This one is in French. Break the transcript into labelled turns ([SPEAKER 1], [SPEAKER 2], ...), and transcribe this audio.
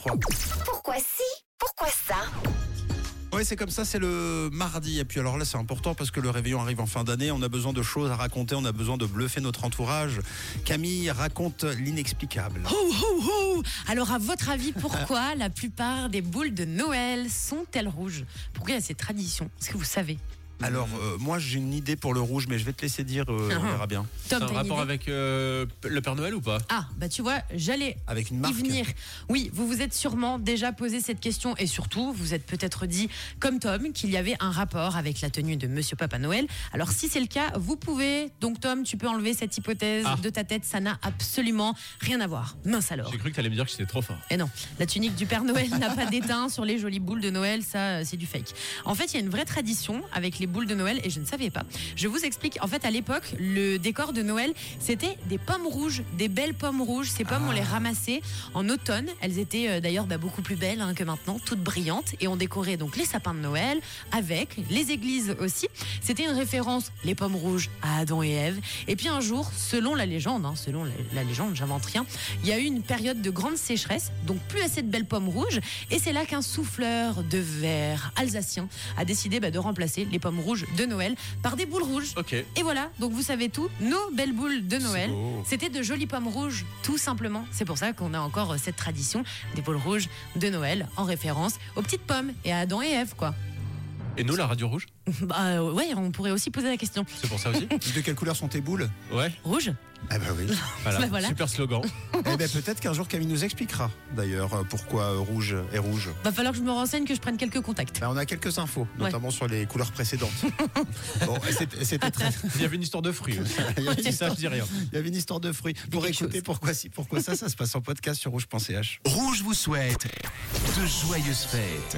[SPEAKER 1] Trois.
[SPEAKER 2] Pourquoi si Pourquoi ça
[SPEAKER 1] Ouais, c'est comme ça, c'est le mardi. Et puis alors là, c'est important parce que le réveillon arrive en fin d'année. On a besoin de choses à raconter, on a besoin de bluffer notre entourage. Camille raconte l'inexplicable.
[SPEAKER 3] Ho, ho, ho Alors, à votre avis, pourquoi la plupart des boules de Noël sont-elles rouges Pourquoi il y a ces traditions Est-ce que vous savez
[SPEAKER 1] Alors, euh, moi, j'ai une idée pour le rouge, mais je vais te laisser dire, euh, on verra bien.
[SPEAKER 3] Tom,
[SPEAKER 4] C'est
[SPEAKER 3] t'as
[SPEAKER 4] un
[SPEAKER 3] une
[SPEAKER 4] rapport
[SPEAKER 3] idée
[SPEAKER 4] avec euh, le Père Noël ou pas
[SPEAKER 3] Ah, bah tu vois, j'allais
[SPEAKER 1] Avec une
[SPEAKER 3] y
[SPEAKER 1] marque.
[SPEAKER 3] venir. Oui, vous vous êtes sûrement déjà posé cette question et surtout, vous êtes peut-être dit, comme Tom, qu'il y avait un rapport avec la tenue de Monsieur Papa Noël. Alors, si c'est le cas, vous pouvez. Donc, Tom, tu peux enlever cette hypothèse
[SPEAKER 4] Ah.
[SPEAKER 3] de ta tête. Ça n'a absolument rien à voir. Mince alors.
[SPEAKER 4] J'ai cru que t'allais me dire que c'était trop fort.
[SPEAKER 3] Et non, la tunique du Père Noël n'a pas d'étain sur les jolies boules de Noël, ça euh, c'est du fake. En fait, il y a une vraie tradition avec les boules de Noël et je ne savais pas. Je vous explique, en fait, à l'époque, le décor de Noël, c'était des pommes rouges, des belles pommes rouges. Ces pommes, on les ramassait en automne. Elles étaient euh, d'ailleurs bah, beaucoup plus belles hein, que maintenant, toutes brillantes. Et on décorait donc les sapins de Noël avec, les églises aussi. C'était une référence, les pommes rouges, à Adam et Ève. Et puis un jour, selon la légende, hein, selon la, la légende, j'invente rien, il y a eu une période de grande sécheresse, donc plus assez de belles pommes rouges. Et c'est là qu'un souffleur de verre alsacien a décidé bah, de remplacer les pommes rouges de Noël par des boules rouges.
[SPEAKER 4] Ok.
[SPEAKER 3] Et voilà, donc vous savez tout, nos belles boules de Noël.
[SPEAKER 1] beau.
[SPEAKER 3] C'était de jolies pommes rouges, tout simplement. C'est pour ça qu'on a encore euh, cette tradition des boules rouges de Noël, en référence aux petites pommes et à Adam et Ève, quoi.
[SPEAKER 4] Et nous, la radio rouge
[SPEAKER 3] Bah euh, ouais, on pourrait aussi poser la question.
[SPEAKER 4] C'est pour ça aussi
[SPEAKER 1] De quelle couleur sont tes boules
[SPEAKER 4] Ouais.
[SPEAKER 3] Rouge
[SPEAKER 1] Ah bah oui.
[SPEAKER 4] Voilà.
[SPEAKER 3] Bah voilà.
[SPEAKER 4] Super slogan.
[SPEAKER 1] eh ben peut-être qu'un jour Camille nous expliquera d'ailleurs euh, pourquoi euh, rouge est rouge.
[SPEAKER 3] Va falloir que je me renseigne, que je prenne quelques contacts.
[SPEAKER 1] Bah, on a quelques infos, notamment sur les couleurs précédentes. bon, c'est- c'était très
[SPEAKER 4] Il y avait une histoire de fruits aussi. Si ça, je dis rien.
[SPEAKER 1] Il y avait une histoire de fruits. Pour
[SPEAKER 3] quelque
[SPEAKER 1] écouter
[SPEAKER 3] chose.
[SPEAKER 1] pourquoi si, pourquoi ça, ça se passe en podcast sur rouge.ch.
[SPEAKER 5] Rouge vous souhaite de joyeuses fêtes.